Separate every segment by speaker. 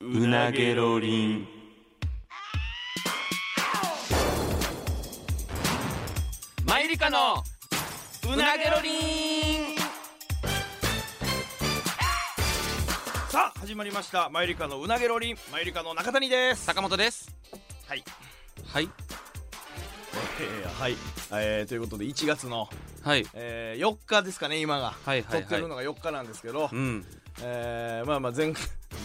Speaker 1: うなげろりん
Speaker 2: マイリカのうなげろりん
Speaker 1: さあ始まりましたマユリカのうなげろりんマユリカの中谷です
Speaker 2: 坂本です
Speaker 1: はい
Speaker 2: はい
Speaker 1: えー はい、えーということで1月の、
Speaker 2: はい
Speaker 1: えー4日ですかね今が、
Speaker 2: はいはいはい
Speaker 1: 撮ってるのが4日なんですけど、
Speaker 2: うん
Speaker 1: えーまあまあ前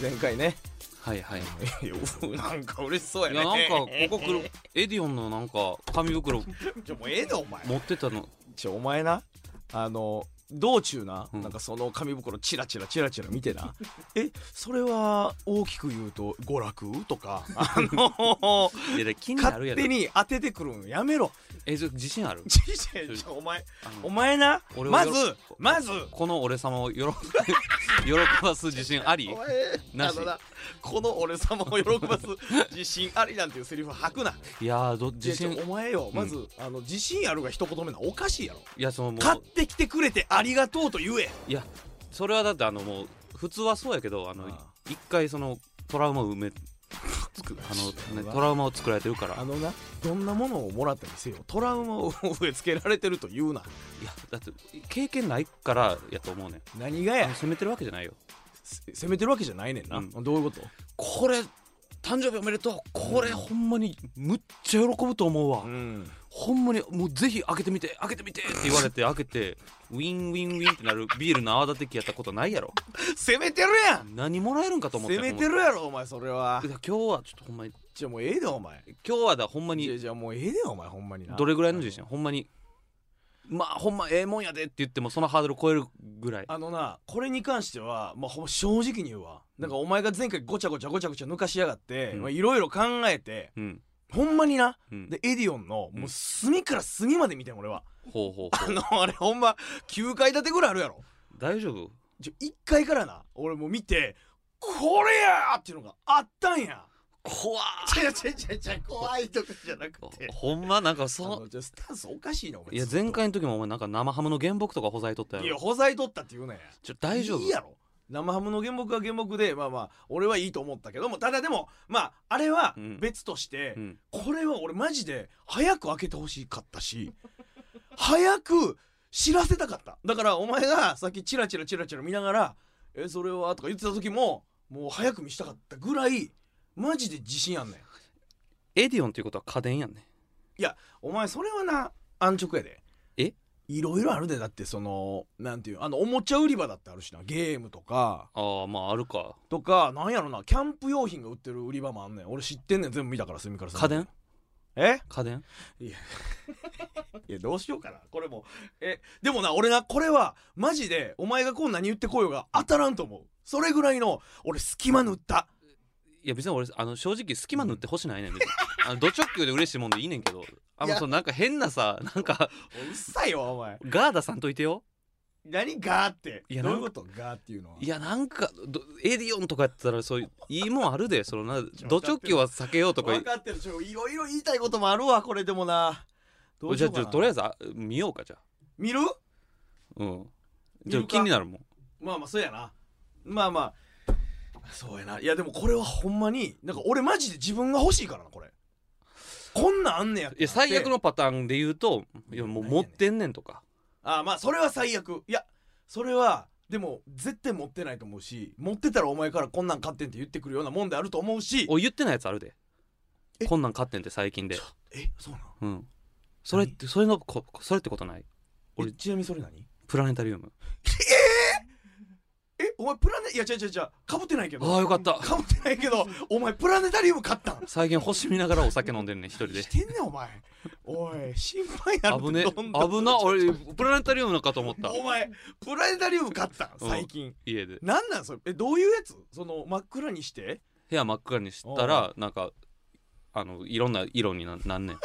Speaker 1: 前回ね
Speaker 2: はい はい
Speaker 1: いやうなんか嬉しそうや
Speaker 2: い
Speaker 1: ね
Speaker 2: やなんかここ 来るエディオンのなんか紙袋
Speaker 1: ちょもうええでお前
Speaker 2: 持ってた の
Speaker 1: ちょお前なあの道中な、
Speaker 2: うん
Speaker 1: なんかその紙袋チラチラチラチラ見て なえそれは大きく言うと娯楽とかあ の
Speaker 2: いや気になる
Speaker 1: 勝
Speaker 2: や
Speaker 1: 手
Speaker 2: ろ
Speaker 1: に当ててくるんやめろ
Speaker 2: えそれ自信ある
Speaker 1: ちいちいお前
Speaker 2: あ
Speaker 1: お
Speaker 2: の
Speaker 1: 前な
Speaker 2: 俺を
Speaker 1: ま
Speaker 2: よ
Speaker 1: ず
Speaker 2: ろ
Speaker 1: まず
Speaker 2: この俺様を喜ば 喜ばす自信あり
Speaker 1: お前
Speaker 2: な
Speaker 1: あ
Speaker 2: し
Speaker 1: のなこの俺様を喜 ばす自信ありなんていうセリフ吐くない
Speaker 2: やーど自信
Speaker 1: いやちょお前よ
Speaker 2: うん
Speaker 1: まず、あの自信あるが一言目なおかしいやろ
Speaker 2: いやそのも
Speaker 1: 買っ
Speaker 2: う
Speaker 1: てきてくれてありがとうと言え
Speaker 2: いやそれはだってあのもう普通はそうやけどあの
Speaker 1: あ
Speaker 2: 一回そのトラウマを埋めつくあの、ね、トラウマを作られてるから
Speaker 1: あのなどんなものをもらったりせよトラウマを植え付けられてると言うない
Speaker 2: やだって経験ないからやと思うねん
Speaker 1: 何が
Speaker 2: あ
Speaker 1: や
Speaker 2: の責めてるわけじゃないよ
Speaker 1: せ責めてるわけじゃないねんな、
Speaker 2: うん
Speaker 1: どういうこと
Speaker 2: これ誕生日おめでとうこれほんまにむっちゃ喜ぶと思うわ、
Speaker 1: ん
Speaker 2: ほんまにもうぜひ開けてみて開けてみてって言われて開けてウィンウィンウィンってなるビールの泡立て器やったことないやろ
Speaker 1: 責めてるやん
Speaker 2: 何もらえるんかと思って
Speaker 1: 責めてるやろお前それはい
Speaker 2: や今日はちょっとほんまに
Speaker 1: じゃあもうええでお前
Speaker 2: 今日はだほんま
Speaker 1: じゃあ
Speaker 2: に
Speaker 1: じゃあもうええでお前ほんまにな
Speaker 2: どれぐらいの自信ほんまにまあほんまええもんやでって言ってもそのハードル超えるぐらい
Speaker 1: あのなこれに関しては、まあ、ほんま正直に言うわなんかお前が前回ごちゃごちゃごちゃごちゃ抜かしやがって
Speaker 2: うん
Speaker 1: まあいろいろ考えて
Speaker 2: うん
Speaker 1: ほんまにな
Speaker 2: うん
Speaker 1: でエディオンの
Speaker 2: うん
Speaker 1: もう隅から隅まで見てん俺は
Speaker 2: ほうほう
Speaker 1: あ
Speaker 2: ほう
Speaker 1: のあれほんま9階建てぐらいあるやろ
Speaker 2: 大丈夫
Speaker 1: ちょ1階からな俺もう見てこれやーっていうのがあったんや
Speaker 2: 怖っ
Speaker 1: ちゃちゃちゃちゃ怖いとかじゃなくて
Speaker 2: ほんまなんか
Speaker 1: あ
Speaker 2: そ
Speaker 1: のちょスタンスおかしいなお
Speaker 2: う
Speaker 1: 前
Speaker 2: いや
Speaker 1: ずっと
Speaker 2: 前回の時もお前なんか生ハムの原木とかほざいとったや
Speaker 1: いや
Speaker 2: ろ
Speaker 1: ほざいとったって言うなや
Speaker 2: ちょ大丈夫
Speaker 1: いいやろ生ハムの原木は原木でまあまあ俺はいいと思ったけどもただでもまああれは
Speaker 2: うん
Speaker 1: 別として、
Speaker 2: うん
Speaker 1: これは俺マジで早く開けてほしかったし 早く知らせたかっただからお前がさっきチラチラチラチラ見ながら「えそれは?」とか言ってた時ももう早く見したかったぐらいマジで自信あんねん
Speaker 2: エディオンっていうことは家電やんね
Speaker 1: お前それはな安直やで
Speaker 2: え
Speaker 1: いろいろあるでだってそのなんていうあのおもちゃ売り場だってあるしなゲームとか
Speaker 2: ああまああるか
Speaker 1: とかなんやろなキャンプ用品が売ってる売り場もあんねん俺知ってんねん全部見たから隅から隅
Speaker 2: 家
Speaker 1: まで
Speaker 2: 電
Speaker 1: え
Speaker 2: 家電
Speaker 1: いやどうしようかなこれもえでもな俺なこれはマジでお前がこう何言ってこようが当たらんと思うそれぐらいの俺隙間塗った
Speaker 2: いや別に俺あの正直隙間塗ってほしないねん 別にあのド直球で嬉しいもんでいいねんけどあ
Speaker 1: い
Speaker 2: の
Speaker 1: や
Speaker 2: そのなんか変なさなんか
Speaker 1: おいうっさいわお前
Speaker 2: ガーダさんといてよ
Speaker 1: 何ガーって
Speaker 2: いや
Speaker 1: どういうことガーっていうのはい
Speaker 2: やなんかどエディオンとかやったらそういういいもんあるでそのな
Speaker 1: ょ
Speaker 2: ド直球は避けようとか
Speaker 1: 分かってるちょいろいろ言いたいこともあるわこれでもなどうし
Speaker 2: じゃ
Speaker 1: よ
Speaker 2: あじゃ
Speaker 1: うかな
Speaker 2: あとりあえずあ見ようかじゃあ
Speaker 1: 見る
Speaker 2: うん
Speaker 1: 見
Speaker 2: ちょっ
Speaker 1: る
Speaker 2: と
Speaker 1: か
Speaker 2: 気になるもん
Speaker 1: まあまあそうやなまあまあそうやないやでもこれはほんまになんか俺マジで自分が欲しいからなこれこんなんあんねやって
Speaker 2: いや最悪のパターンで言うといやもう
Speaker 1: 何
Speaker 2: 持
Speaker 1: やねん
Speaker 2: ってんねんとか
Speaker 1: ああまあそれは最悪いやそれはでも絶対持ってないと思うし持ってたらお前からこんなん買ってんって言ってくるようなもんであると思うし
Speaker 2: お言ってないやつあるで
Speaker 1: え
Speaker 2: こんなん買ってんて最近で
Speaker 1: ちょえそうなん
Speaker 2: うんそれってそれのこそれってことない俺
Speaker 1: 俺ちなみにそれ何
Speaker 2: プラネタリウム
Speaker 1: えお前プラネいや違う違う違うかぶってないけど
Speaker 2: ああよかった
Speaker 1: かぶってないけどお前プラネタリウム買ったん
Speaker 2: 最近星見ながらお酒飲んでるねん一人 で
Speaker 1: してんねんお前おい心配やろ
Speaker 2: 危ね
Speaker 1: どんどん
Speaker 2: 危な俺プラネタリウムのかと思った
Speaker 1: お前プラネタリウム買ったん
Speaker 2: うん
Speaker 1: 最近、
Speaker 2: 家で
Speaker 1: なんなんそれえどういうやつその真っ暗にして
Speaker 2: 部屋真っ暗にしたらなんかあのいろんな色にななんねん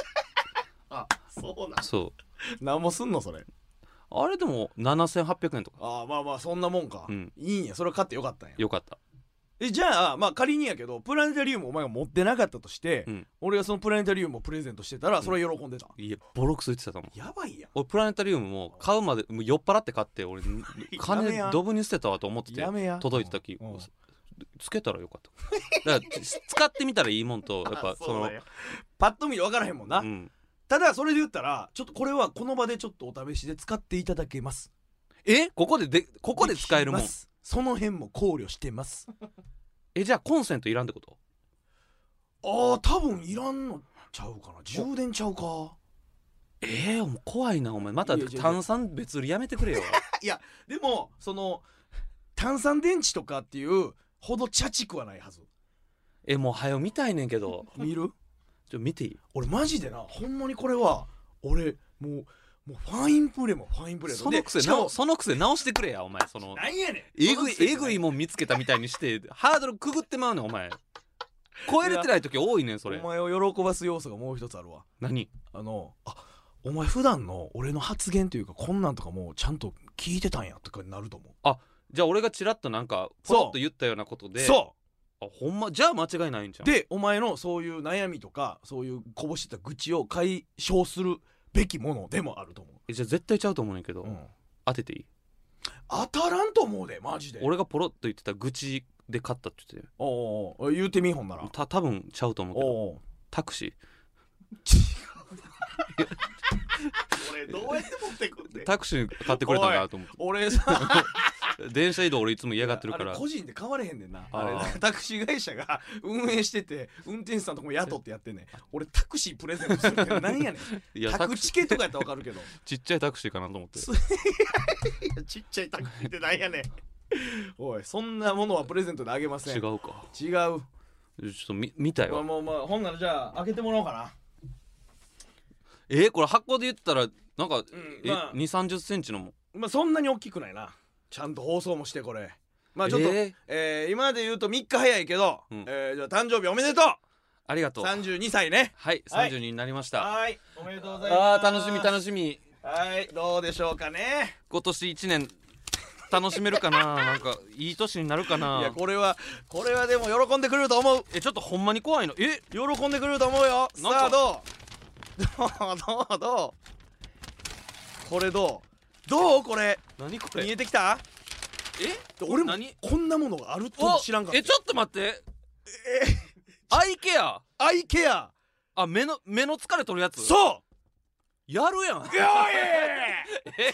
Speaker 1: あそうな
Speaker 2: そ
Speaker 1: 何もすんのそれ
Speaker 2: うあれでも7800円とか
Speaker 1: ああまあまあそんなもんか、
Speaker 2: うん
Speaker 1: いいんやそれは買ってよかったんや
Speaker 2: よかった
Speaker 1: えじゃあまあ仮にやけどプラネタリウムお前が持ってなかったとして、
Speaker 2: うん
Speaker 1: 俺がそのプラネタリウムをプレゼントしてたらそれは喜んでた、
Speaker 2: いやボロクソ言ってたと思う
Speaker 1: やばいやん
Speaker 2: 俺プラネタリウムも買うまでもう酔っ払って買って俺
Speaker 1: やめや
Speaker 2: 金ドブに捨てたわと思ってて
Speaker 1: やめや
Speaker 2: 届いた時
Speaker 1: うんうん
Speaker 2: つけたらよかっただからつ使ってみたらいいもんとやっぱ
Speaker 1: あ
Speaker 2: そ
Speaker 1: そう
Speaker 2: の
Speaker 1: だよパッと見で分からへんもんな、
Speaker 2: うん
Speaker 1: ただそれで言ったらちょっとこれはこの場でちょっとお試しで使っていただけます
Speaker 2: えここででここで使えるもん
Speaker 1: きますその辺も考慮してます
Speaker 2: えじゃあコンセントいらんってこと
Speaker 1: あー多分いらんのちゃうかな充電ちゃうか
Speaker 2: えー、もう怖いなお前また
Speaker 1: いやいやいや
Speaker 2: 炭酸別売りやめてくれよ
Speaker 1: でもその炭酸電池とかっていうほどチャチくはないはず
Speaker 2: えもう早う見たいねんけど
Speaker 1: 見る
Speaker 2: ちょ見ていい
Speaker 1: 俺マジでなほんまにこれは俺もうもうファインプレーもファインプレー
Speaker 2: そのくせ
Speaker 1: でしかも
Speaker 2: なそのくせ直してくれやお前その
Speaker 1: なんやねん
Speaker 2: えぐいえぐい
Speaker 1: も
Speaker 2: もん見つけたみたいにしてハードルくぐってまうねんお 前超えれてない時多いねんそ
Speaker 1: お
Speaker 2: れ
Speaker 1: 前を喜ばす要素がもう一つあるわ
Speaker 2: 何
Speaker 1: あのあお前普段の俺の発言というかこんなんとかもちゃんと聞いてたんやとかになると思
Speaker 2: じゃあ俺がチラッとなんかポロッと言ったようなこと
Speaker 1: う
Speaker 2: で
Speaker 1: そ
Speaker 2: あほんまじゃあ間違いないんじゃ
Speaker 1: うんでお前のそういう悩みとかそういうこぼしてた愚痴を解消するべきものでもあると思
Speaker 2: えじゃあ絶対ちゃうと思うねんけど、
Speaker 1: う、うん、
Speaker 2: 当てていい
Speaker 1: 当たらんと思うでマジで
Speaker 2: 俺がポロッと言ってた愚痴で勝ったって言って
Speaker 1: おうおうおう言うてみほんなら
Speaker 2: たた多分ちゃうと思うけど
Speaker 1: おうおう
Speaker 2: タクシ
Speaker 1: 俺どうやって持ってくん
Speaker 2: ータクシー買ってくれ たんだと思っ
Speaker 1: 俺さ
Speaker 2: て電車移動俺いつも嫌がってるか
Speaker 1: あ
Speaker 2: ら
Speaker 1: れ個人で買われへんねんな
Speaker 2: あ
Speaker 1: あ
Speaker 2: ー
Speaker 1: れタクシー会社が 運営してて運転手さんとかも雇ってやってんねん俺タクシープレゼントするって なんやねん
Speaker 2: いや
Speaker 1: タ
Speaker 2: タ
Speaker 1: ク
Speaker 2: クシ
Speaker 1: チケとかやったら分かるけど
Speaker 2: ーちっちゃいタクシーかなと思って
Speaker 1: そちっちゃいタクシーってなんやねん おいそんなものはプレゼントであげません
Speaker 2: 違うか
Speaker 1: 違
Speaker 2: ち
Speaker 1: う
Speaker 2: ょっと見見た
Speaker 1: まあ
Speaker 2: よ
Speaker 1: まあまあほんならじゃあ開けてもらおうかな
Speaker 2: えーこれ箱で言ったらなんか、
Speaker 1: うん
Speaker 2: え
Speaker 1: まあ
Speaker 2: 2 3 0センチのも
Speaker 1: まあそんなに大きくないなちゃんと放送もしてこれまあちょっと、え
Speaker 2: えー
Speaker 1: ー今まで言うと3日早いけど、
Speaker 2: うん
Speaker 1: えーじゃあ誕生日おめでと
Speaker 2: ありがと
Speaker 1: う
Speaker 2: う
Speaker 1: 32歳ね
Speaker 2: はい
Speaker 1: はい
Speaker 2: 30になりました、
Speaker 1: はいおめでとうござい
Speaker 2: あ
Speaker 1: ま
Speaker 2: ー
Speaker 1: す
Speaker 2: 楽しみ楽しみ
Speaker 1: はいどうでしょうかね
Speaker 2: 今年1年楽しめるかななんかいい年になるか
Speaker 1: いや
Speaker 2: な
Speaker 1: これはこれはでも喜んでくれると思う
Speaker 2: えちょっとほんまに怖いのえ
Speaker 1: 喜んでくれると思うよ
Speaker 2: なん
Speaker 1: さ
Speaker 2: か
Speaker 1: あどうどうどうどうこれどうどうこれ
Speaker 2: 何こ
Speaker 1: 見
Speaker 2: れ
Speaker 1: えてきた
Speaker 2: え
Speaker 1: 俺も
Speaker 2: 何
Speaker 1: こんなものがあると
Speaker 2: お
Speaker 1: は知らんかった
Speaker 2: えちょっと待ってアイケア
Speaker 1: アイケア
Speaker 2: あ目の目の疲れ取るやつ
Speaker 1: そ
Speaker 2: やるやん
Speaker 1: うよ
Speaker 2: えやえ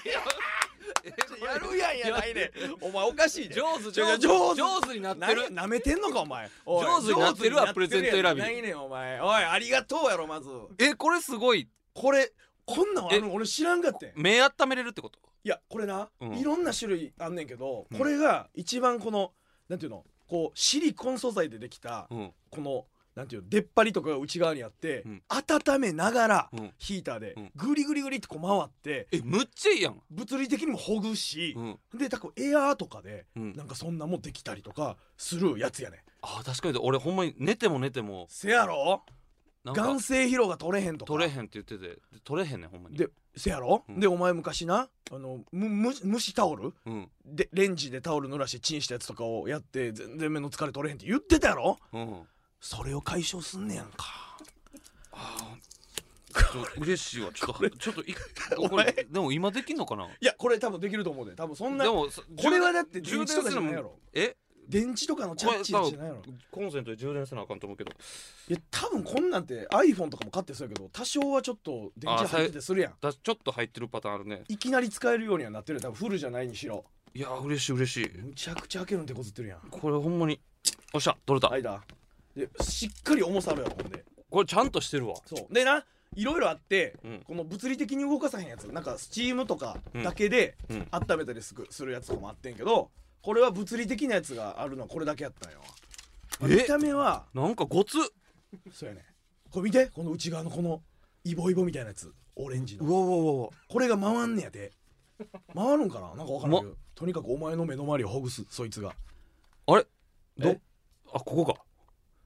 Speaker 1: いやるやんやないねお前おかしいで
Speaker 2: 上手
Speaker 1: ちょ
Speaker 2: 上手
Speaker 1: 上手
Speaker 2: 上手になって
Speaker 1: 何
Speaker 2: る
Speaker 1: なめてんのかお前おい
Speaker 2: 上手になってるわ
Speaker 1: 上手にな
Speaker 2: プレゼント選び
Speaker 1: やないねんお前おいありがとうやろまず
Speaker 2: えこれすごい
Speaker 1: これこんなんあるの俺知らんかってん
Speaker 2: 目温めれるってこと
Speaker 1: いやこれな、
Speaker 2: うん
Speaker 1: いろんな種類あんねんけど、
Speaker 2: うん
Speaker 1: これが一番このなんていうのこうシリコン素材でできた
Speaker 2: うん
Speaker 1: このなんていうの出っ張りとかが内側にあって、
Speaker 2: うん
Speaker 1: 温めながら
Speaker 2: うん
Speaker 1: ヒーターで
Speaker 2: うん
Speaker 1: グリグリグリってこう回って
Speaker 2: えむっちゃいいやん
Speaker 1: 物理的にもほぐし
Speaker 2: う、ん
Speaker 1: で多分エアーとかで
Speaker 2: うん
Speaker 1: なんかそんなもんできたりとかするやつやねん
Speaker 2: あ確かに俺ほんまに寝ても寝ても
Speaker 1: せやろ
Speaker 2: なんか
Speaker 1: 眼性疲労が取れへんとか
Speaker 2: 取れへんって言っててで取れへんねんほんまに
Speaker 1: でせやろ、
Speaker 2: うん
Speaker 1: でお前昔なあのむむ虫タオル
Speaker 2: うん
Speaker 1: でレンジでタオル濡らしてチンしたやつとかをやって全然目の疲れ取れへんって言ってたやろ
Speaker 2: うん
Speaker 1: それを解消すんねやんか
Speaker 2: あーちょっと嬉しいわちょっとちょっとい
Speaker 1: お
Speaker 2: こ
Speaker 1: 前
Speaker 2: れでも今できんのかない
Speaker 1: やこれ多分できると思うで多分そんな
Speaker 2: で
Speaker 1: こ
Speaker 2: もそ
Speaker 1: れはだって
Speaker 2: 充電
Speaker 1: 電池とかじゃない
Speaker 2: す
Speaker 1: や
Speaker 2: る
Speaker 1: ろ
Speaker 2: え
Speaker 1: 電池とかのチャッチーじゃないやろ
Speaker 2: コンセントで充電せなあかんと思うけど
Speaker 1: いや多分こんなんて iPhone とかも買ってそうやけど多少はちょっと電池入っててするやん
Speaker 2: だちょっと入ってるパターンあるね
Speaker 1: いきなり使えるようにはなってるよ多分フルじゃないにしろ
Speaker 2: いやー嬉しい嬉しい
Speaker 1: むちゃくちゃ開けるんでこずってるやん
Speaker 2: これほんまにおっしゃ取れた、
Speaker 1: 間でしっかり重さあるやろほんで
Speaker 2: これちゃんとしてるわ
Speaker 1: そうでないろいろあって、
Speaker 2: うん
Speaker 1: この物理的に動かさへんやつなんかスチームとかだけで
Speaker 2: うんうん
Speaker 1: 温めたりすくするやつとかもあってんけどこれは物理的なやつがあるのはこれだけやったんよ、まあ
Speaker 2: え
Speaker 1: 見た目は
Speaker 2: なんかごつ
Speaker 1: そうやねこれ見てこの内側のこのイボイボみたいなやつオレンジ
Speaker 2: う
Speaker 1: の
Speaker 2: わうわうわうわ
Speaker 1: これが回んねやで回るんかななんかわからんけど
Speaker 2: ま
Speaker 1: とにかくお前の目の周りをほぐすそいつが
Speaker 2: あれど
Speaker 1: え
Speaker 2: あここか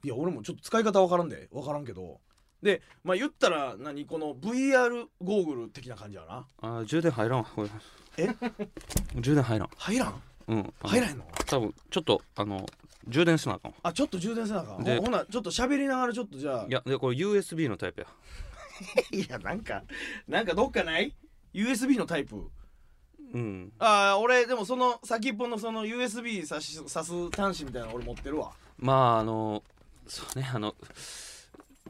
Speaker 1: いや俺もちょっと使い方わからんでわからんけどでまあ言ったら何この VR ゴーグル的な感じやな
Speaker 2: あー充電入らんわこれ
Speaker 1: え
Speaker 2: 充電入らん
Speaker 1: 入らん
Speaker 2: うんあの
Speaker 1: 入らへんの
Speaker 2: 多分ちょっとあの充電しなあかんわ
Speaker 1: あちょっと充電せなあかん
Speaker 2: で
Speaker 1: ほほなちょっと喋りながらちょっとじゃあ
Speaker 2: いやでこれ USB のタイプや
Speaker 1: いやなんかなんかどっかない USB のタイプ
Speaker 2: うん
Speaker 1: ああ俺でもその先っぽのその USB 挿し挿す端子みたいなの俺持ってるわ
Speaker 2: まああのそうねあの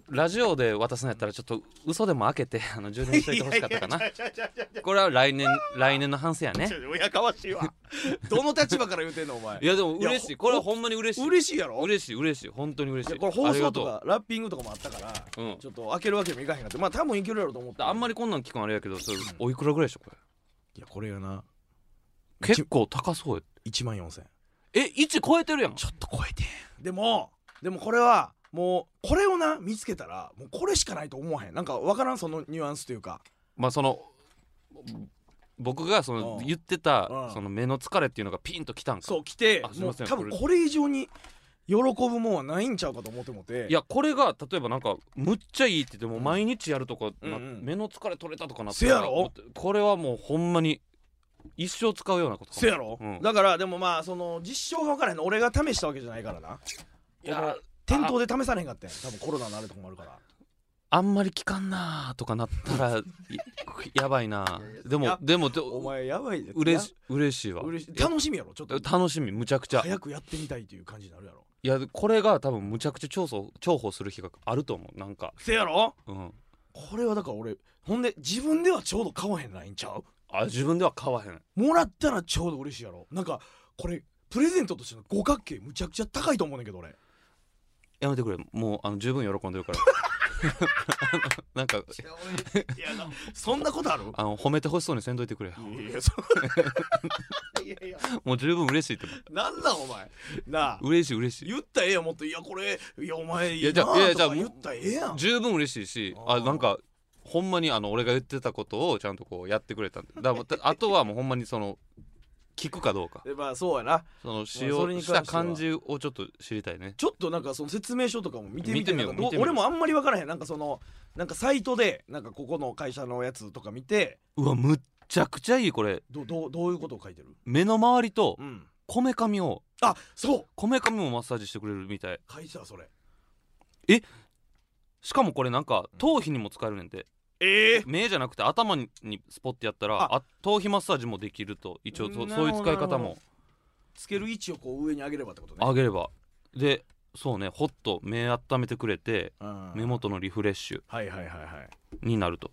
Speaker 2: ラジオで渡すのやったらちょっと嘘でも開けてあの充電しといてほしかったかなこれは来年来年の反省やね
Speaker 1: やかましい わどの立場から言うてんのお前
Speaker 2: いやでも嬉し
Speaker 1: い
Speaker 2: い
Speaker 1: や
Speaker 2: これはほんまに嬉しい
Speaker 1: 嬉しいやろ
Speaker 2: 嬉しい嬉しい本当に嬉
Speaker 1: い
Speaker 2: し
Speaker 1: や
Speaker 2: い
Speaker 1: これ放
Speaker 2: ありが
Speaker 1: 送と
Speaker 2: と
Speaker 1: かラッピングとかもあったから
Speaker 2: ううん
Speaker 1: ちょっと開けるわけにもいかへんかってまあ多分いけるやろと思った
Speaker 2: あんま
Speaker 1: り
Speaker 2: りこんなん聞くんあれやけどそれおいくらぐらいでしょこれ
Speaker 1: いやこれがな
Speaker 2: 結構高そうや
Speaker 1: 1万4000
Speaker 2: え1超えてるやん
Speaker 1: ちょっと超えてでもでもこれはもうこれをな見つけたらもうこれしかないと思わへんなんか分からんそのニュアンスというか
Speaker 2: まあその僕がその
Speaker 1: うん
Speaker 2: 言ってた
Speaker 1: うん
Speaker 2: その目の疲れっていうのがピンときたんか
Speaker 1: そう来て
Speaker 2: あすい
Speaker 1: も
Speaker 2: ま
Speaker 1: う
Speaker 2: せん
Speaker 1: 多分これ以上に喜ぶもんはないんちゃうかと思ってもって
Speaker 2: いやこれが例えばなんかむっちゃいいって言っても毎日やるとかな、
Speaker 1: うんうん
Speaker 2: 目の疲れ取れたとかなった
Speaker 1: せやろ
Speaker 2: もうこれはもうほんまに一生使うようなことかも
Speaker 1: せやろ、
Speaker 2: うん
Speaker 1: だからでもまあその実証が分からへんの俺が試したわけじゃないからない
Speaker 2: や
Speaker 1: 店頭で試されへんかったやん多分コロナのあれとかもあるから
Speaker 2: あんまり効かんなーとかなった らいやばいなーで
Speaker 1: い
Speaker 2: も
Speaker 1: や
Speaker 2: でもで
Speaker 1: お前やばいで
Speaker 2: うれし嬉しいわ
Speaker 1: 嬉しい楽しみやろちょっと
Speaker 2: 楽しみむちゃくちゃ
Speaker 1: 早くやってみたいという感じになるやろ
Speaker 2: いやこれが多分むちゃくちゃ重宝重宝する日があると思うなんか
Speaker 1: せやろ
Speaker 2: うん
Speaker 1: これはだから俺ほんで自分ではちょうど買わへんラインちゃう
Speaker 2: あ自分では買わへん
Speaker 1: もらったらちょうど嬉しいやろなんかこれプレゼントとしての五角形むちゃくちゃ高いと思うねんだけど俺
Speaker 2: やめてくれもうあの十分喜んで るからなんか
Speaker 1: いやそんなことある
Speaker 2: あの褒めてほしそうにせんといてくれ
Speaker 1: いやいやそ いやいや
Speaker 2: もう十分嬉しいって
Speaker 1: なんなんお前なあ
Speaker 2: 嬉しい嬉しい
Speaker 1: 言ったらええやんもっといやこれいやお前い
Speaker 2: いや
Speaker 1: い
Speaker 2: じゃ
Speaker 1: な
Speaker 2: あ
Speaker 1: あ
Speaker 2: いや
Speaker 1: と
Speaker 2: じゃあ
Speaker 1: か言ったらええやん
Speaker 2: 十分嬉しいし
Speaker 1: あ
Speaker 2: あ
Speaker 1: ー
Speaker 2: なんかほんまにあの俺が言ってたことをちゃんとこうやってくれたんでだから あとはもうほんまにその聞くかどうか
Speaker 1: でまあそうやな
Speaker 2: その使
Speaker 1: まあそ
Speaker 2: 用
Speaker 1: れに
Speaker 2: し
Speaker 1: 関しては
Speaker 2: た感じをちょっと知りたいね
Speaker 1: ちょっとなんかその説明書とかも見てみて
Speaker 2: 見てみよう
Speaker 1: なんか
Speaker 2: 見てみよう
Speaker 1: 俺もあんまり分からへんなんかそのなんかサイトでなんかここの会社のやつとか見て
Speaker 2: うわむっちゃくちゃいいこれ
Speaker 1: どどうどういうことを書いてる
Speaker 2: 目の周りと
Speaker 1: うん
Speaker 2: こめかみを
Speaker 1: あそう
Speaker 2: こめかみもマッサージしてくれるみたい
Speaker 1: 書いてたそれ
Speaker 2: しかもこれなんか頭皮にも使えるねんて
Speaker 1: え
Speaker 2: 目じゃなくて頭にスポッてやったら
Speaker 1: あ
Speaker 2: あ頭皮マッサージもできると一応そ
Speaker 1: なる
Speaker 2: そ
Speaker 1: ほ
Speaker 2: うい
Speaker 1: ど
Speaker 2: う使い方
Speaker 1: なる
Speaker 2: も
Speaker 1: つける位置をこう上に上げればってことね
Speaker 2: あげればでそうねほっと目温めてくれて
Speaker 1: うん
Speaker 2: 目元のリフレッシュ
Speaker 1: はいはいはいはい
Speaker 2: になると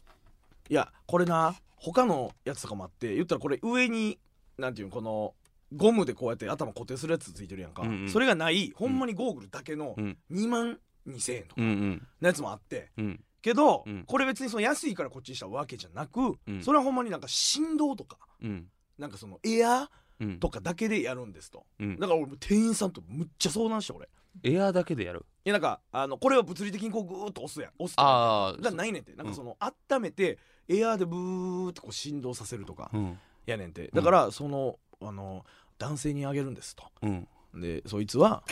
Speaker 1: いやこれな他のやつとかもあって言ったらこれ上になんていうのこのゴムでこうやって頭固定するやつついてるやんか、
Speaker 2: うんうん
Speaker 1: それがないほんまにゴーグルだけの
Speaker 2: うん
Speaker 1: 2万2000円とか
Speaker 2: うん
Speaker 1: の
Speaker 2: うん
Speaker 1: やつもあって
Speaker 2: うん
Speaker 1: けど、
Speaker 2: うん
Speaker 1: これ別にその安いからこっちにしたわけじゃなく、
Speaker 2: うん
Speaker 1: それはほんまになんか振動とか
Speaker 2: うん
Speaker 1: なんかそのエア
Speaker 2: うん
Speaker 1: とかだけでやるんですと
Speaker 2: うん
Speaker 1: だから俺も店員さんとむっちゃ相談して俺い
Speaker 2: エアーだけでやる
Speaker 1: やなんかあのこれを物理的にこうグーッと押すやん押すとか
Speaker 2: あ
Speaker 1: が
Speaker 2: あ
Speaker 1: ないねんてなんかその、温めてエアーでブーってこう振動させるとか、
Speaker 2: うん
Speaker 1: やねんてだからその,、あの男性にあげるんですと
Speaker 2: うん
Speaker 1: でそいつ は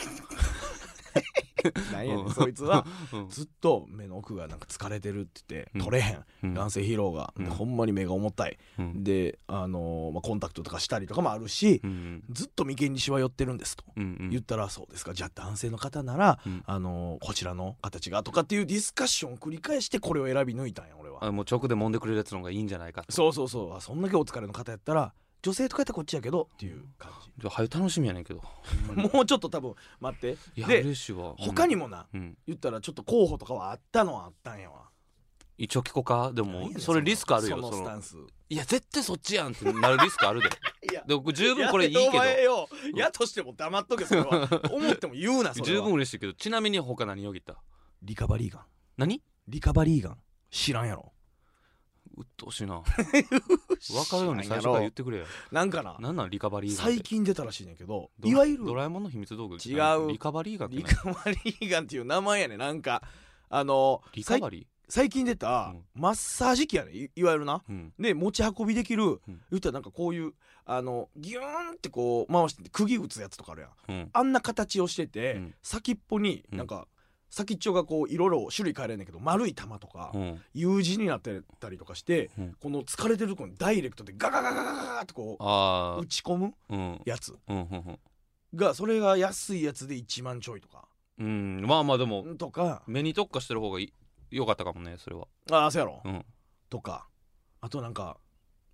Speaker 1: なんやねんそいつは
Speaker 2: うん
Speaker 1: ずっと目の奥がなんか疲れてるって言って、
Speaker 2: うん
Speaker 1: 取れへん
Speaker 2: うん
Speaker 1: 男性疲労が、
Speaker 2: うん
Speaker 1: でほんまに目が重たい、
Speaker 2: うん
Speaker 1: であのーまあ、コンタクトとかしたりとかもあるし、
Speaker 2: うん
Speaker 1: ずっと眉間にしわ寄ってるんですと。
Speaker 2: うんうん
Speaker 1: 言ったらそうですかじゃあ男性の方なら、
Speaker 2: うん
Speaker 1: あのーこちらの形がとかっていうディスカッションを繰り返してこれを選び抜いたんや俺は
Speaker 2: あもう直で揉んでくれるやつの方がいいんじゃないか
Speaker 1: そうそうそうあそんだけお疲れの方やったら女性とかやったらこっちやけどっていう感じ
Speaker 2: じゃあはい楽しみやねんけど
Speaker 1: もうちょっと多分待って
Speaker 2: いや
Speaker 1: で
Speaker 2: 嬉しいわ
Speaker 1: 他にもな
Speaker 2: うん
Speaker 1: 言ったらちょっと候補とかはあったのはあったんやわ
Speaker 2: 一応聞こうかで
Speaker 1: 何や
Speaker 2: も
Speaker 1: ねん
Speaker 2: それリスクあるよ
Speaker 1: その
Speaker 2: そ
Speaker 1: ス
Speaker 2: の
Speaker 1: タンス
Speaker 2: いや絶対そっちやんってなるリスクあるで
Speaker 1: いや
Speaker 2: でも十分こ れいいけ
Speaker 1: お前
Speaker 2: ど
Speaker 1: よやとしても黙っとけそれは 思っても言うなそれは
Speaker 2: 十分嬉しいけどちなみに他何よぎった
Speaker 1: リカバリーガン
Speaker 2: 何
Speaker 1: リカバリーガン知らんやろ
Speaker 2: うっとうしい な分かるように最初から言ってくれよ
Speaker 1: なんかな
Speaker 2: なんなんリカバリーガンって
Speaker 1: 最近出たらしいねんけど
Speaker 2: ドラ
Speaker 1: いわゆる
Speaker 2: ドラえもんの秘密道具
Speaker 1: 違う
Speaker 2: リカバリーガンって
Speaker 1: リ
Speaker 2: 何
Speaker 1: カバリーガンっていう名前やねんなんかあの
Speaker 2: リカ
Speaker 1: 最
Speaker 2: バリ
Speaker 1: 最近出た
Speaker 2: うん
Speaker 1: マッサージ機やねんいいわゆるな
Speaker 2: ーうん
Speaker 1: で持ち運びできる、
Speaker 2: うん
Speaker 1: 言ったらなんかこういうあのギューンってこう回して釘打つやつとかあるやん
Speaker 2: うん
Speaker 1: あんな形をしてて、
Speaker 2: うん
Speaker 1: 先っぽになんか、先っちょがこういろいろ種類変えれんだけど丸い玉とか、
Speaker 2: うん、
Speaker 1: U 字になってたりとかして、
Speaker 2: うん
Speaker 1: この疲れてるとこにダイレクトでガガガガガガガってこ
Speaker 2: あー
Speaker 1: う打ち込む
Speaker 2: うん
Speaker 1: やつ
Speaker 2: うんうん
Speaker 1: がそれが安いやつで1万ちょいとか
Speaker 2: うんうんまあまあでも
Speaker 1: とか
Speaker 2: 目に特化してる方がい良かったかもねそれは
Speaker 1: ああそうやろ、
Speaker 2: うん
Speaker 1: とかあとなんか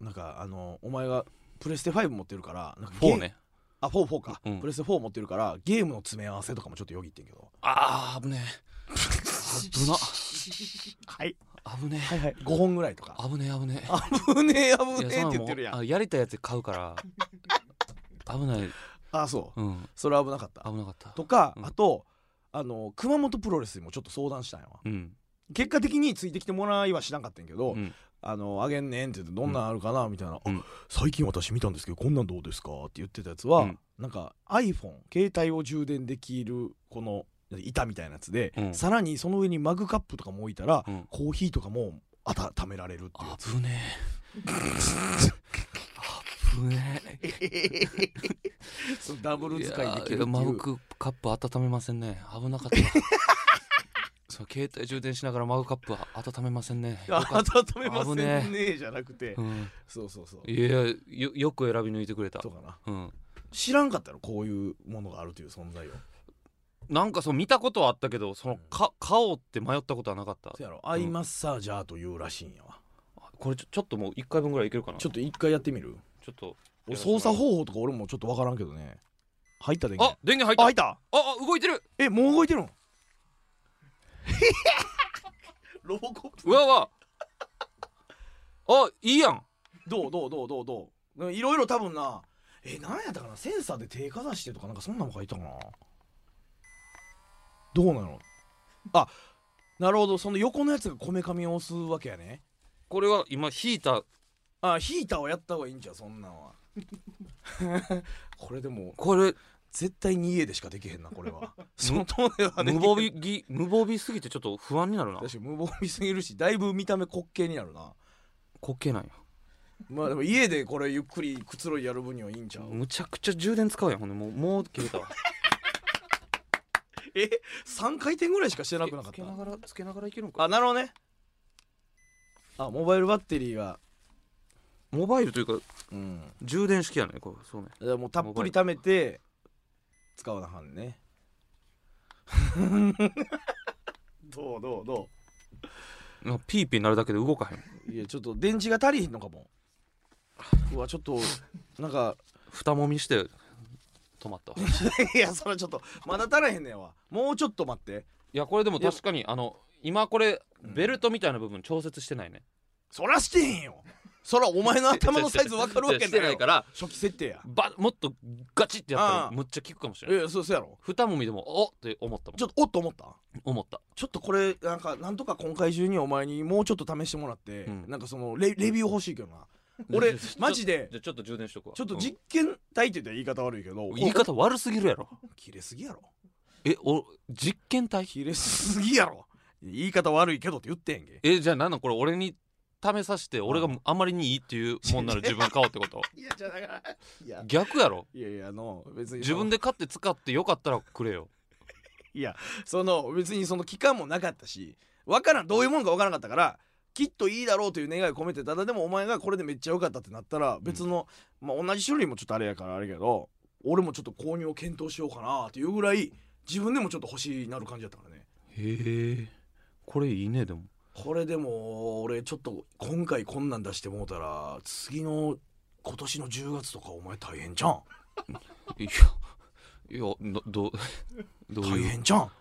Speaker 1: なんかあのお前がプレステ5持ってるからなんかゲー
Speaker 2: 4ね
Speaker 1: あフォーフォーか、
Speaker 2: うん
Speaker 1: プレステ4持ってるからゲームの詰め合わせとかもちょっとよぎってんけど
Speaker 2: ああ危ねえ危な
Speaker 1: はい
Speaker 2: 危ね
Speaker 1: はいはい5本ぐらいとか
Speaker 2: え危ねえ危ねえ
Speaker 1: 危ねえ危
Speaker 2: いや
Speaker 1: ねえ
Speaker 2: そ
Speaker 1: っ
Speaker 2: んな
Speaker 1: て言
Speaker 2: も
Speaker 1: ってるやん
Speaker 2: あやりたいやつ買うから危ない
Speaker 1: あそう
Speaker 2: うん
Speaker 1: それは危なかった
Speaker 2: 危なかった
Speaker 1: とか、
Speaker 2: うん
Speaker 1: あとあの熊本プロレスにもちょっと相談したんやわ
Speaker 2: うん
Speaker 1: 結果的についてきてもらいはしなかったんやけ
Speaker 2: う
Speaker 1: ど、
Speaker 2: ん
Speaker 1: あのあげんねんって言ってどんなんあるかなみたいな、
Speaker 2: うん
Speaker 1: あ最近私見たんですけどこんなんどうですかって言ってたやつは、
Speaker 2: うん
Speaker 1: なんか iPhone 携帯を充電できるこの板みたいなやつで、
Speaker 2: うん
Speaker 1: さらにその上にマグカップとかも置いたら、
Speaker 2: うん
Speaker 1: コーヒーとかも温められるっていうやつ
Speaker 2: 危ねえ危ねえ
Speaker 1: そのダブル使いできるってい
Speaker 2: や
Speaker 1: う
Speaker 2: やマグカップ温めませんね危なかった そう携帯充電しながらマグカップは温めません ね
Speaker 1: いや
Speaker 2: よかっ
Speaker 1: 温めません
Speaker 2: 危ね
Speaker 1: ねえじゃなくて、
Speaker 2: たうん、
Speaker 1: そうそうそう
Speaker 2: いやよよく選び抜いてくれた
Speaker 1: そうかな
Speaker 2: うん、
Speaker 1: 知らんかったのこういうものがあるという存在を
Speaker 2: なんかそう見たことはあったけどそのか顔って迷ったことはなかった
Speaker 1: そやろアイマッサージャーというらしいんやわ、
Speaker 2: これちょちょっともう1回分ぐらいいけるかな
Speaker 1: ちょっと一回やってみる
Speaker 2: ちょっと
Speaker 1: 俺操作方法とか俺もちょっとわからんけどね入ったで
Speaker 2: あ電源入った
Speaker 1: あ
Speaker 2: あ
Speaker 1: 入った
Speaker 2: あ動いてる
Speaker 1: えもう動いて るのロボコップ
Speaker 2: うわうわあいいやん
Speaker 1: どうどうどうどうどうなんかいろいろ多分なえなんやったかなセンサーで手かざしてとかなんかそんなの書いたかなどうなのあなるほどその横のやつがこめかみを押すわけやね
Speaker 2: これは今引いた
Speaker 1: あヒーターをやった方がいいんじゃうそんなん はこれでも
Speaker 2: これ
Speaker 1: 絶対に家でしかできへんなこれ は外ではで
Speaker 2: 無
Speaker 1: きへん
Speaker 2: 防備ぎ無防備すぎてちょっと不安になるな
Speaker 1: 確かに無防備すぎるしだいぶ見た目滑稽になるな
Speaker 2: こけないよ
Speaker 1: まあでも家でこれゆっくりくつろいやる分にはいいんちゃう
Speaker 2: むちゃくちゃ充電使うやんほんでもうもう切れた わ
Speaker 1: え3回転ぐらいしかしてなくなか
Speaker 2: つ
Speaker 1: っ
Speaker 2: けな
Speaker 1: た
Speaker 2: がらつけながらいけるんか
Speaker 1: あなるほどねあモバイルバッテリーが
Speaker 2: モバイルというか
Speaker 1: うん
Speaker 2: 充電式やねこれそうね
Speaker 1: だからもうたっぷり貯めて使わなあかんね どうどうど
Speaker 2: なんかピーピーなるだけで動かへん
Speaker 1: ういやちょっと電池が足りひんのかもうわちょっとなんか
Speaker 2: 蓋もみして止まったわ い
Speaker 1: いやそれちょっとまだ足らへんねやわもうちょっと待って
Speaker 2: やこれでも確かにあの今これ
Speaker 1: うん
Speaker 2: ベルトみたいな部分調節してない ね
Speaker 1: そらしてへんよそらお前の頭のサイズ分かるわけない
Speaker 2: してないからら
Speaker 1: 初期設定や
Speaker 2: ばもっとガチってやった
Speaker 1: ああ
Speaker 2: らむっちゃ効くかもしれない
Speaker 1: えそうそうやろ
Speaker 2: 蓋もみでもおっって思ったもん
Speaker 1: ちょっとおっと思った
Speaker 2: 思った
Speaker 1: ちょっとこれなんかなんとか今回中にお前にもうちょっと試してもらって、
Speaker 2: うん
Speaker 1: なんかそのレレビュー欲しいけどな俺
Speaker 2: ちょちょ
Speaker 1: マジで
Speaker 2: じゃあちょっと充電しとくわ
Speaker 1: ちょっと
Speaker 2: うん
Speaker 1: 実験体って言ったら言い方悪いけど、
Speaker 2: 言い方悪すぎるやろ
Speaker 1: 切れすぎやろ
Speaker 2: えお実験体
Speaker 1: 切れすぎやろ言い方悪いけどって言ってんけ
Speaker 2: えじゃあ何なんこれ俺に試させて俺が
Speaker 1: う
Speaker 2: あまりにいいっていうもんなら自分買おうってこと
Speaker 1: いやじゃだからいや
Speaker 2: 逆やろ
Speaker 1: いやいやあの別に
Speaker 2: 自分
Speaker 1: で
Speaker 2: で買って使ってよかったらくれよ
Speaker 1: その別にその期間もなかったしわからんどういうもんかわからなかったからきっといいだろうという願いを込めてただでもお前がこれでめっちゃ良かったってなったら別の、まあ、同じ種類もちょっとあれやからあれやけど俺もちょっと購入を検討しようかなっていうぐらい自分でもちょっと欲しいなる感じだったからね
Speaker 2: へえこれいいねでも
Speaker 1: これでも俺ちょっと今回こんなん出してもうたら次の今年の10月とかお前大変じゃん
Speaker 2: いやいやなどうどう
Speaker 1: 大
Speaker 2: いう
Speaker 1: 変じゃん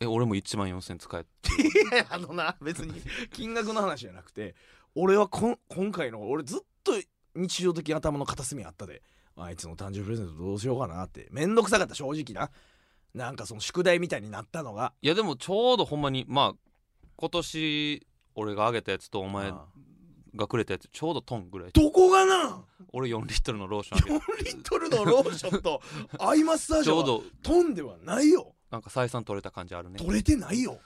Speaker 2: え俺も1万4000使え
Speaker 1: い やあのな別に金額の話じゃなくて俺はこん今回の俺ずっと日常的に頭の片隅にあったであいつの誕生日プレゼントどうしようかなってめんどくさかった正直ななんかその宿題みたいになったのが
Speaker 2: いやでもちょうどほんまにまあ今年俺があげたやつとお前
Speaker 1: ああ
Speaker 2: がくれたやつちょうどトンぐらい
Speaker 1: どこがな
Speaker 2: 俺4リットルのローションあげ
Speaker 1: 4
Speaker 2: た
Speaker 1: リットルのローションと アイマッサー
Speaker 2: ち
Speaker 1: ジャ
Speaker 2: ょう
Speaker 1: ーは
Speaker 2: ど
Speaker 1: 飛んではないよ
Speaker 2: なんか採算取れた感じあるね
Speaker 1: 取れてないよ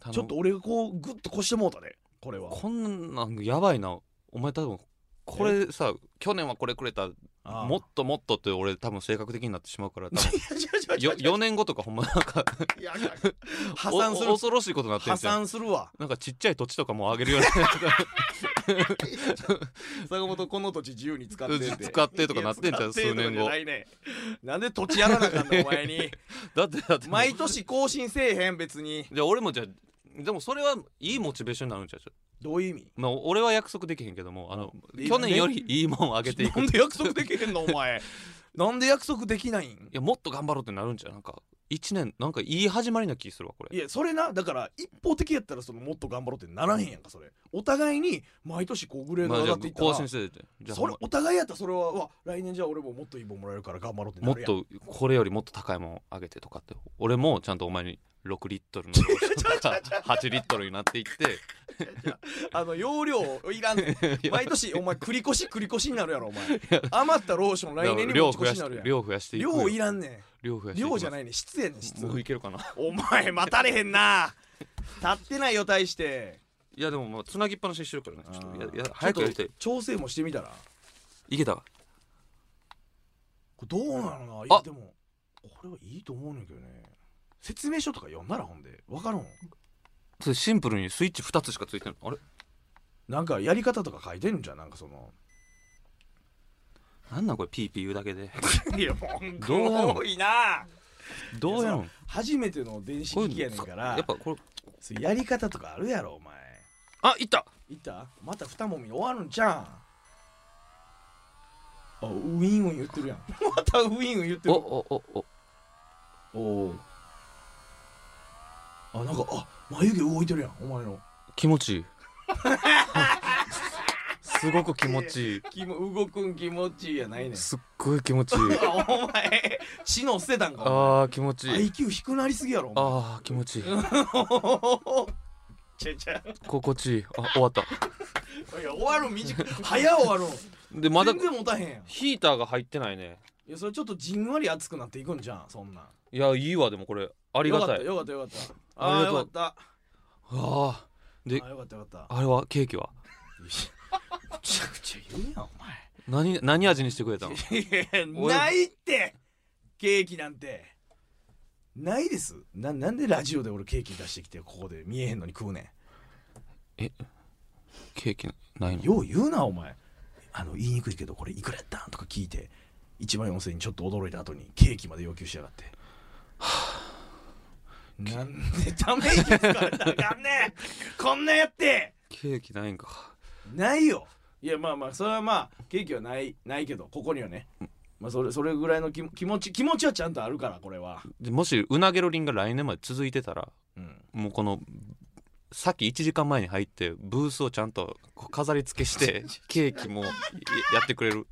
Speaker 2: 頼む
Speaker 1: ちょっと俺がこうグッとこしてもうたでこれは
Speaker 2: こんなんやばいなお前多分これさ去年はこれくれた
Speaker 1: ああ
Speaker 2: もっともっとって俺多分性格的になってしまうから 多
Speaker 1: い
Speaker 2: 分
Speaker 1: や いやいや
Speaker 2: よ4年後とかほんまなん か
Speaker 1: いやいや破
Speaker 2: お
Speaker 1: 産す
Speaker 2: お
Speaker 1: る
Speaker 2: 恐ろしいことになってん
Speaker 1: 破
Speaker 2: じゃん
Speaker 1: 産するわ
Speaker 2: なんかちっちゃい土地とかもあげるようにな
Speaker 1: 坂本この土地自由に使ってって
Speaker 2: 使ってとかなってんじゃん
Speaker 1: いや使ってと
Speaker 2: 数
Speaker 1: か
Speaker 2: 年後
Speaker 1: じゃないね なんで土地やらなあかんのお前 に
Speaker 2: だってだってもう
Speaker 1: 毎年更新せえへん別に
Speaker 2: じゃあ俺もじゃあでもそれはいいモチベーションになるんちゃう
Speaker 1: どういう意味
Speaker 2: まあ、俺は約束できへんけどもあの
Speaker 1: うん
Speaker 2: 去年よりいいもんをあげていく
Speaker 1: なんで約束できへんのお前なんで約束できないん
Speaker 2: いやもっと頑張ろうってなるんじゃうなんか1年なんかいい始まりな気するわこれ
Speaker 1: いやそれなだから一方的やったらそのもっと頑張ろうってならへんやんかそれお互いに毎年こうグレード
Speaker 2: まあ
Speaker 1: 上
Speaker 2: じゃ
Speaker 1: が
Speaker 2: あ
Speaker 1: っていったら、
Speaker 2: 更新しててじゃあ
Speaker 1: それお互いやったらそれはうわ来年じゃあ俺ももっといいもんもらえるから頑張ろうって
Speaker 2: も
Speaker 1: な
Speaker 2: っ
Speaker 1: るやん
Speaker 2: とこれよりもっと高いもんあげてとかって俺もちゃんとお前に6リットル のローションとか8リットルになっていって
Speaker 1: あの容量いらんねん
Speaker 2: いや
Speaker 1: 毎年お前繰り越し繰り越しになるやろお前余ったローション来年に
Speaker 2: 量
Speaker 1: 持ち
Speaker 2: 増
Speaker 1: 越
Speaker 2: や
Speaker 1: し
Speaker 2: し
Speaker 1: になるや
Speaker 2: て
Speaker 1: ん量
Speaker 2: 量増やしていくよ
Speaker 1: いらんね
Speaker 2: 量増やし
Speaker 1: ん
Speaker 2: てい
Speaker 1: 量じゃ
Speaker 2: い
Speaker 1: ないねん質やねん質
Speaker 2: もういけるかな
Speaker 1: お前待たれへんな立ってないよ大して
Speaker 2: いやでもまあつなぎっぱなしにしてるからねちょっとや
Speaker 1: あー
Speaker 2: や早くやりた
Speaker 1: ちょ
Speaker 2: い
Speaker 1: っと調整もしてみたら
Speaker 2: いけたわ
Speaker 1: これどうなのな、いや
Speaker 2: あ
Speaker 1: でもこれはいいと思うねんだけどね説明書とか読んだらほんで分かるん
Speaker 2: それシンプルにスイッチ2つしかついてないあれ
Speaker 1: なんかやり方とか書いてるんじゃんなんかその
Speaker 2: なんなんこれピーピー言うだけ で
Speaker 1: いや文
Speaker 2: 句多
Speaker 1: いな
Speaker 2: どうやろう
Speaker 1: 初めての電子
Speaker 2: こう
Speaker 1: 機
Speaker 2: いうの
Speaker 1: 器やねんから
Speaker 2: やっぱこれ
Speaker 1: そうやり方とかあるやろお前
Speaker 2: あいった
Speaker 1: いったまた二もみ終わるんじゃんあウィンウィン言ってるやん またウィンウィン言って
Speaker 2: お
Speaker 1: る
Speaker 2: おおお
Speaker 1: おおあなんかあ眉毛動いてるやんお前の
Speaker 2: 気持 ちいいすごく気持 ちいい
Speaker 1: きも動くん気持ちいいやないねん
Speaker 2: すっごい気持ちいい
Speaker 1: あお前知能捨てたんかお
Speaker 2: あー気持ち
Speaker 1: 前
Speaker 2: いい
Speaker 1: IQ 低くなりすぎやろお前
Speaker 2: あー気持ちいい
Speaker 1: ちゃちゃ
Speaker 2: 心地いいあ終わった
Speaker 1: いや終わる 短く早終わる
Speaker 2: でまだ
Speaker 1: 全然持たへんやん
Speaker 2: ヒーターが入ってないね
Speaker 1: いやそれちょっとじんわり熱くなっていくんじゃんそんなん
Speaker 2: いやいいわでもこれありがたい
Speaker 1: よかったよかったよかった
Speaker 2: あ
Speaker 1: ああ
Speaker 2: りが
Speaker 1: ーよ
Speaker 2: とう
Speaker 1: かった
Speaker 2: あーで
Speaker 1: あーよかったよかった
Speaker 2: あれはケーキは
Speaker 1: むちゃくちゃ言うやんお
Speaker 2: 何何味にしてくれたの
Speaker 1: 前ないってケーキなんてないですななんでラジオで俺ケーキ出してきてここで見えへんのに食うね
Speaker 2: ケーキない
Speaker 1: ん
Speaker 2: の
Speaker 1: よう言うなお前あの言いにくいけどこれいくらやったんとか聞いて1万4000円ちょっと驚いた後にケーキまで要求しやがってなんでため息つかれたらあかんねんこんなやって
Speaker 2: ケーキないんか
Speaker 1: ないよいやまあまあそれはまあケーキはないないけどここにはね、まあ、それそれぐらいの気気持ち気持ちはちゃんとあるからこれは、
Speaker 2: でもしうなげろりんが来年まで続いてたら
Speaker 1: うん、
Speaker 2: もうこのさっき1時間前に入ってブースをちゃんとこう飾り付けして ケーキもやってくれる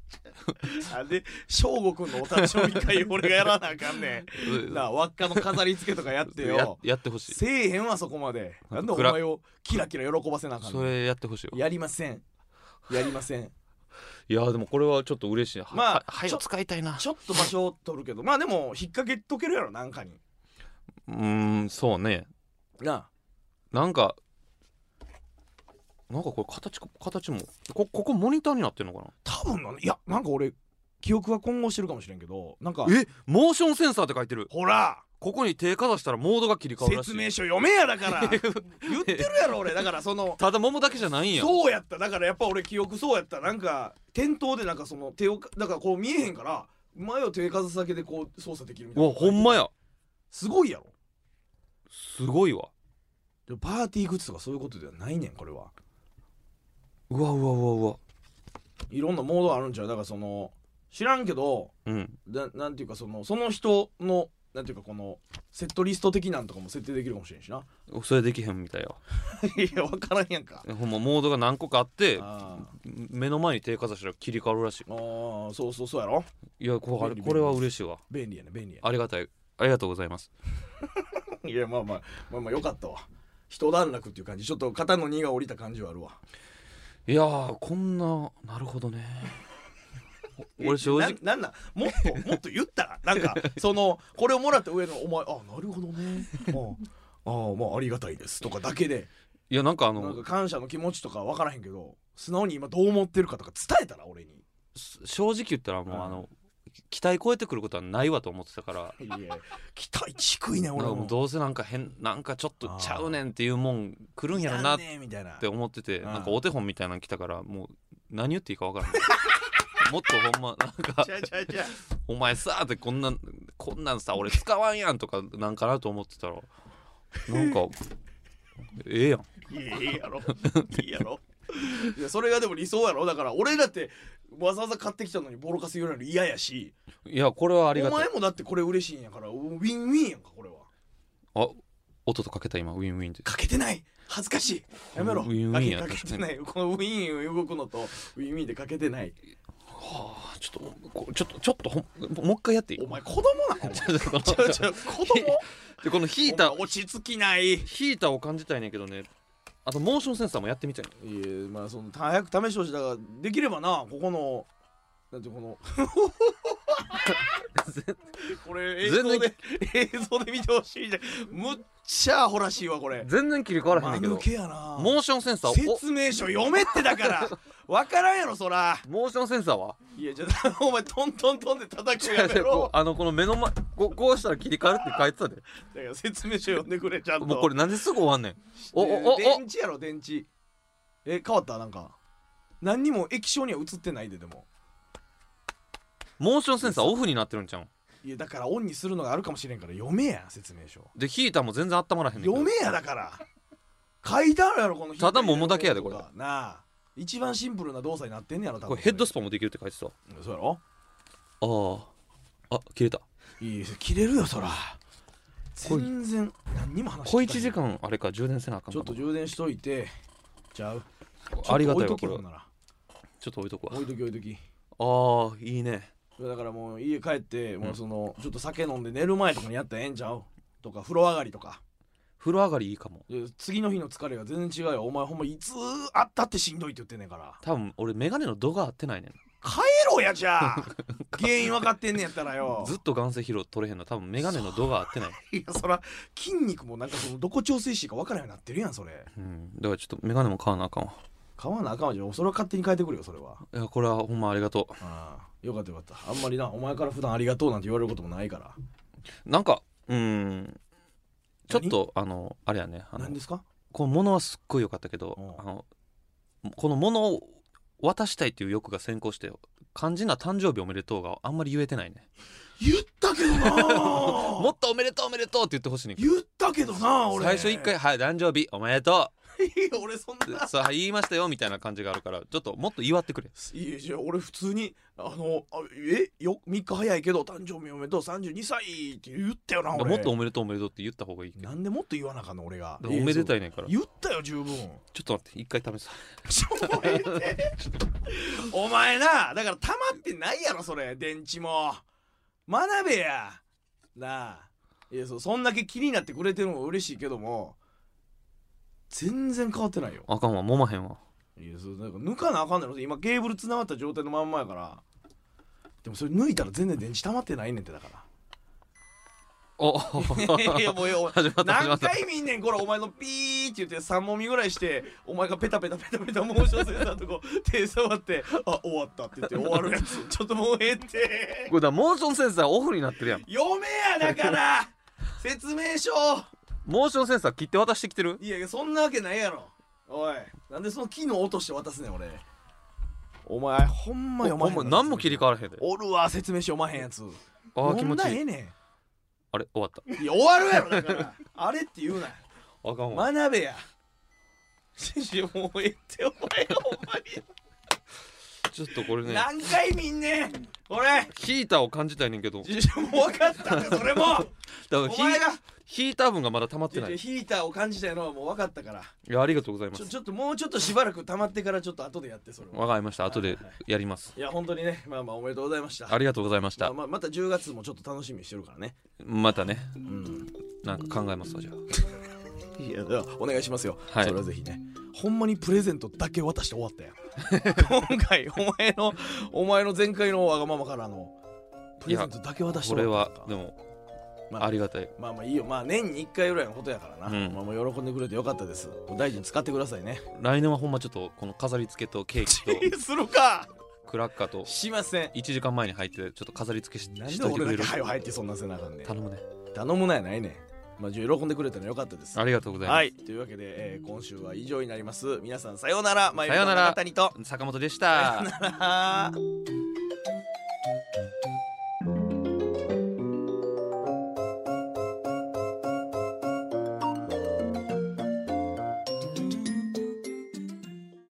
Speaker 1: あで翔吾君のお誕生日会俺がやらなあかんね んなあ輪っかの飾り付けとかやって
Speaker 2: や
Speaker 1: よ
Speaker 2: やってほしい
Speaker 1: せえへんわそこまでなんでお前をキラキラ喜ばせなあかん
Speaker 2: そ
Speaker 1: ね
Speaker 2: れやってほしい
Speaker 1: ん
Speaker 2: よ
Speaker 1: やりませんやりませ ん
Speaker 2: いやでもこれはちょっと嬉しいな
Speaker 1: まあ
Speaker 2: はは
Speaker 1: ち
Speaker 2: よ
Speaker 1: ょ
Speaker 2: 使いたいな
Speaker 1: ちょっと場所を取るけどまあでも引っ掛けとけるやろなんかに
Speaker 2: うーんそうね
Speaker 1: なあ
Speaker 2: なんかなんかこれ形か形もこここモニターになってるのかな
Speaker 1: 多分なのいやなんか俺記憶が混合してるかもしれんけどなんか
Speaker 2: えモーションセンサーって書いてる
Speaker 1: ほら
Speaker 2: ここに手かざしたらモードが切り替わるらしい
Speaker 1: 説明書読めやだから 言ってるやろ俺だからその
Speaker 2: ただ桃だけじゃ ないんや
Speaker 1: そうやっただからやっぱ俺記憶そうやったなんか店頭でなんかその手をだからこう見えへんから前を手かざすだけでこう操作できるみた
Speaker 2: う
Speaker 1: い
Speaker 2: わ
Speaker 1: な
Speaker 2: ほんまや
Speaker 1: すごいやろ
Speaker 2: すごいわ
Speaker 1: でもパーティーグッズとかそういうことではないねんこれは
Speaker 2: うわうわうわうわ
Speaker 1: いろんなモードあるんちゃうだからその知らんけど
Speaker 2: うん
Speaker 1: ななんていうかそのその人のなんていうかこのセットリスト的なんとかも設定できるかもしれんしな
Speaker 2: それできへんみ たいよ
Speaker 1: いや分からんやんか
Speaker 2: ほんまモードが何個かあって
Speaker 1: あー
Speaker 2: 目の前に手かざしたら切り替わるらし
Speaker 1: あーそうそうそうやろ
Speaker 2: いいやこ
Speaker 1: 便利
Speaker 2: れ
Speaker 1: 便利
Speaker 2: これは嬉しいわ
Speaker 1: 便利やね便利やね
Speaker 2: ありがたいありがとうございます
Speaker 1: いやまあまあまあまあよかったわ一段落っていう感じちょっと肩の荷が下りた感じはあるわ
Speaker 2: いやーこんななるほ どねお俺正直
Speaker 1: ななんなんもっともっと言ったらなんかそのこれをもらった上のお前あなるほどねああああまあありがたいですとかだけで
Speaker 2: いやなんかあ
Speaker 1: なんか
Speaker 2: の
Speaker 1: 感謝の気持ちとか分からへんけど素直に今どう思ってるかとか伝えたら俺に
Speaker 2: す正直言ったらもう
Speaker 1: うん
Speaker 2: あの期待超えてくることはないわと思ってたから
Speaker 1: いや期待値低いね
Speaker 2: なん
Speaker 1: 俺
Speaker 2: か
Speaker 1: も
Speaker 2: もうどうせなんか変なんかちょっとちゃうねんっていうもん来るんやろなっ
Speaker 1: いらんねみたいな
Speaker 2: て思ってて
Speaker 1: うん
Speaker 2: なんかお手本みたいなの来たからもう何言っていいかわからない もっとほんまなんか
Speaker 1: ちゃうちゃうちゃう
Speaker 2: お前さってこんなんこんなんさ俺 使わんやんとかなんかなと思ってたらなんかええやん
Speaker 1: いやいいやろいいやろいやそれがでも理想やろだから俺だってわざわざ買ってきたのにボロカス言われるの嫌やし
Speaker 2: いやこれはありが
Speaker 1: お
Speaker 2: たい
Speaker 1: 前もだってこれ嬉しいんやからウィンウィンやんかこれは
Speaker 2: あ音とかけた今ウィンウィンで
Speaker 1: かけてない恥ずかしいやめろ
Speaker 2: ウィンウィンや
Speaker 1: かけかけてないこのウィンウィン動くのとウィンウィンでかけてない
Speaker 2: はあちょっとこちょっとちょっとほんももう一回やっていい
Speaker 1: お前子供なのお前
Speaker 2: ちょっとこの
Speaker 1: ちょちょ子供
Speaker 2: でこのヒ
Speaker 1: ヒ
Speaker 2: ーター
Speaker 1: 落ち着きないい
Speaker 2: ヒーターを感じたいねんけどねあとモーションセンサーもやってみたい
Speaker 1: えまあその早く試してほしいだからできればなここのなんてこの これ映像
Speaker 2: 全
Speaker 1: で映像で見てほしいじゃんむっちゃアホらしいわこれ
Speaker 2: 全然切り替わらへん
Speaker 1: 間
Speaker 2: ねんけ
Speaker 1: 抜
Speaker 2: ど
Speaker 1: けやな
Speaker 2: モーションセンサーを
Speaker 1: 説明書読めってだから分からんやろそら
Speaker 2: モーションセンサーはい
Speaker 1: やじゃあ お前トントントンで叩くのや め
Speaker 2: こ
Speaker 1: ろ
Speaker 2: うあのこの目の前こうこうしたら切り替わるって書いてたで
Speaker 1: だから説明書読んでくれちゃんと
Speaker 2: もうこれなんですぐ終わんねんおおおお
Speaker 1: 電池やろ電池え変わったなんか何にも液晶には映ってないででも
Speaker 2: モーションセンサーオフになってるんちゃうん
Speaker 1: いやだからオンにするのがあるかもしれんから読めや説明書
Speaker 2: でヒーターも全然温まらへんねんけど
Speaker 1: 読めやだから書いてあるやろこの
Speaker 2: ただ桃だけやで
Speaker 1: 左の方とかなあ一番シンプルな動作になってんねやろ多分
Speaker 2: これヘッドスパもできるって書いてたあ
Speaker 1: そうやろ
Speaker 2: ああ切れた
Speaker 1: いい切れるよそら
Speaker 2: こい
Speaker 1: 全然何にも話して
Speaker 2: 小1時間あれか充電せなあかん
Speaker 1: ちょっと充電しといてちゃう
Speaker 2: ありがたい
Speaker 1: ちょ
Speaker 2: わこれ
Speaker 1: っと置いときほ
Speaker 2: は
Speaker 1: んなら
Speaker 2: ちょっと置いとくわ
Speaker 1: 置いとき置いとき
Speaker 2: ああいいね
Speaker 1: だからもう家帰ってもうその、ちょっと酒飲んで寝る前とかにやったらええんちゃうとか風呂上がりとか
Speaker 2: 風呂上がりいいかも
Speaker 1: で次の日の疲れが全然違うよお前ほんまいつあったってしんどいって言ってんねんから
Speaker 2: 多分俺眼鏡の度が合ってないねん
Speaker 1: 帰ろうやじゃ あ原因分かってんねんやったらよ
Speaker 2: ずっと眼性疲労取れへんの多分眼鏡の度が合ってない、
Speaker 1: いやそら筋肉もなんかそのどこ調整していいか分からんようになってるやんそれ
Speaker 2: うん、だからちょっと眼鏡も買わなあかんわ
Speaker 1: 買わなあかんわじゃんそれは勝手に変えてくるよそれはい
Speaker 2: やこれはほんまありがと
Speaker 1: ああよかったよかったあんまりなお前から普段ありがとうなんて言われることもないから
Speaker 2: うなんかうんちょっとあのあれやねあの
Speaker 1: 何ですか
Speaker 2: この物はすっごい良かったけど
Speaker 1: うん
Speaker 2: あのこの物を渡したいっていう欲が先行して肝心な誕生日おめでとうがあんまり言えてないね
Speaker 1: 言ったけどな
Speaker 2: もっとおめでとうおめでとうって言ってほしいねんけど
Speaker 1: 言ったけどな俺
Speaker 2: 最初一回「はい誕生日おめでと
Speaker 1: いや俺そん
Speaker 2: う」
Speaker 1: な
Speaker 2: さあ言いましたよみたいな感じがあるからちょっともっと祝ってくれ
Speaker 1: いやじゃあ俺普通にあのあえよ3日早いけど誕生日おめでとう32歳って言ったよな俺
Speaker 2: もっとおめでとうおめでとうって言った方がいいけど
Speaker 1: なんでもっと言わなあかんの俺が
Speaker 2: おめでた
Speaker 1: い
Speaker 2: いねんからちょ
Speaker 1: 言ったよ 十分
Speaker 2: っと待って一回試す
Speaker 1: ちょお前お前なだからたまってないやろそれ電池も学べやなあいやそそんだけ気になってくれてるのも嬉しいけども全然変わってないよ
Speaker 2: あかんわ揉まへんわ
Speaker 1: いやそうなんか抜かなあかんねんろ今ケーブル繋がった状態のまんまやからでもそれ抜いたら全然電池溜まってないねんってだから
Speaker 2: お
Speaker 1: いやもうよ
Speaker 2: 始まった始ま
Speaker 1: 何
Speaker 2: った
Speaker 1: 回見んねんこれお前のピーって言って3もみぐらいしてお前がペタペタペタペタモーションセンサーのとこ手触ってあ終わったって言って終わるやつちょっともうええって
Speaker 2: これだモーションセンサーオフになってるやん
Speaker 1: 読めやだから説明書
Speaker 2: モーションセンサー切って渡してきてる
Speaker 1: いやいやそんなわけないやろおいなんでその機能落として渡すねん俺お前ほんま
Speaker 2: お
Speaker 1: 読まへん
Speaker 2: 前
Speaker 1: な
Speaker 2: 何も切り替わらへんで
Speaker 1: おるわ説明書読まへんやつ
Speaker 2: あー気
Speaker 1: 読
Speaker 2: 持
Speaker 1: んだら
Speaker 2: ちい
Speaker 1: え
Speaker 2: い
Speaker 1: えね
Speaker 2: あれ終わっ
Speaker 1: んいや終わるやろだからあれって言うな
Speaker 2: たあかんわ
Speaker 1: 学べや先生もうええってお前ほんま
Speaker 2: ちょっとこれ
Speaker 1: に
Speaker 2: ね
Speaker 1: 何回見んねんこれ
Speaker 2: ヒーターを感じたいねんけど
Speaker 1: 師匠もう分かったってそれも
Speaker 2: だから
Speaker 1: お
Speaker 2: ヒ
Speaker 1: 前が
Speaker 2: ヒーター分がまだ溜まっ
Speaker 1: ち
Speaker 2: て
Speaker 1: ょ
Speaker 2: な
Speaker 1: ち
Speaker 2: い
Speaker 1: ょ
Speaker 2: い
Speaker 1: ヒーターを感じたのはもう分かったから
Speaker 2: やありがとうございま
Speaker 1: ちょ
Speaker 2: す
Speaker 1: ちょっともうちょっとしばらく溜まってからちょっと後でやってそれは
Speaker 2: わかりました後でやります
Speaker 1: いや本当にねまあまあおめでとうございました
Speaker 2: ありがとうございまし
Speaker 1: まあ
Speaker 2: た
Speaker 1: まあまた10月もちょっと楽しみにしてるからね
Speaker 2: またね
Speaker 1: うん
Speaker 2: なんか考えますわじゃあ
Speaker 1: いやお願いしますよ、
Speaker 2: はい
Speaker 1: それはぜひねほんまにプレゼントだけ渡して終わったよ 今回お前のお前の前回のわがままからのプレゼントだけ渡して
Speaker 2: こ
Speaker 1: 終
Speaker 2: れ
Speaker 1: わっ
Speaker 2: は
Speaker 1: たのか
Speaker 2: でも
Speaker 1: まあ
Speaker 2: ありがたい
Speaker 1: まあまあいいよまあ年に1回ぐらいのことやからな、
Speaker 2: うん
Speaker 1: まあもう喜んでくれてよかったです大事に使ってくださいね
Speaker 2: 来年はほんまちょっとこの飾り付けとケーキと
Speaker 1: するか
Speaker 2: クラッカーと
Speaker 1: しません
Speaker 2: 1時間前に入ってちょっと飾り付けし
Speaker 1: なん
Speaker 2: し
Speaker 1: で
Speaker 2: といて
Speaker 1: 俺
Speaker 2: くれ
Speaker 1: だけ
Speaker 2: る
Speaker 1: 早よ入ってそんなせなあかんねん
Speaker 2: 頼むね
Speaker 1: 頼むなやないねんまあ喜んでくれたのよかったです
Speaker 2: ありがとうございます、
Speaker 1: はいというわけで、えー今週は以上になります皆さんさようならさ
Speaker 2: さようなら
Speaker 1: 谷と
Speaker 2: 坂本でした
Speaker 1: さようなら